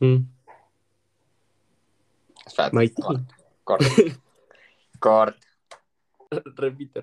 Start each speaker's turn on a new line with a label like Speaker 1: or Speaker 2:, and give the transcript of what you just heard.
Speaker 1: Mm.
Speaker 2: Espérate,
Speaker 1: Maite.
Speaker 2: corta. Corta. corta.
Speaker 1: Repite, repite.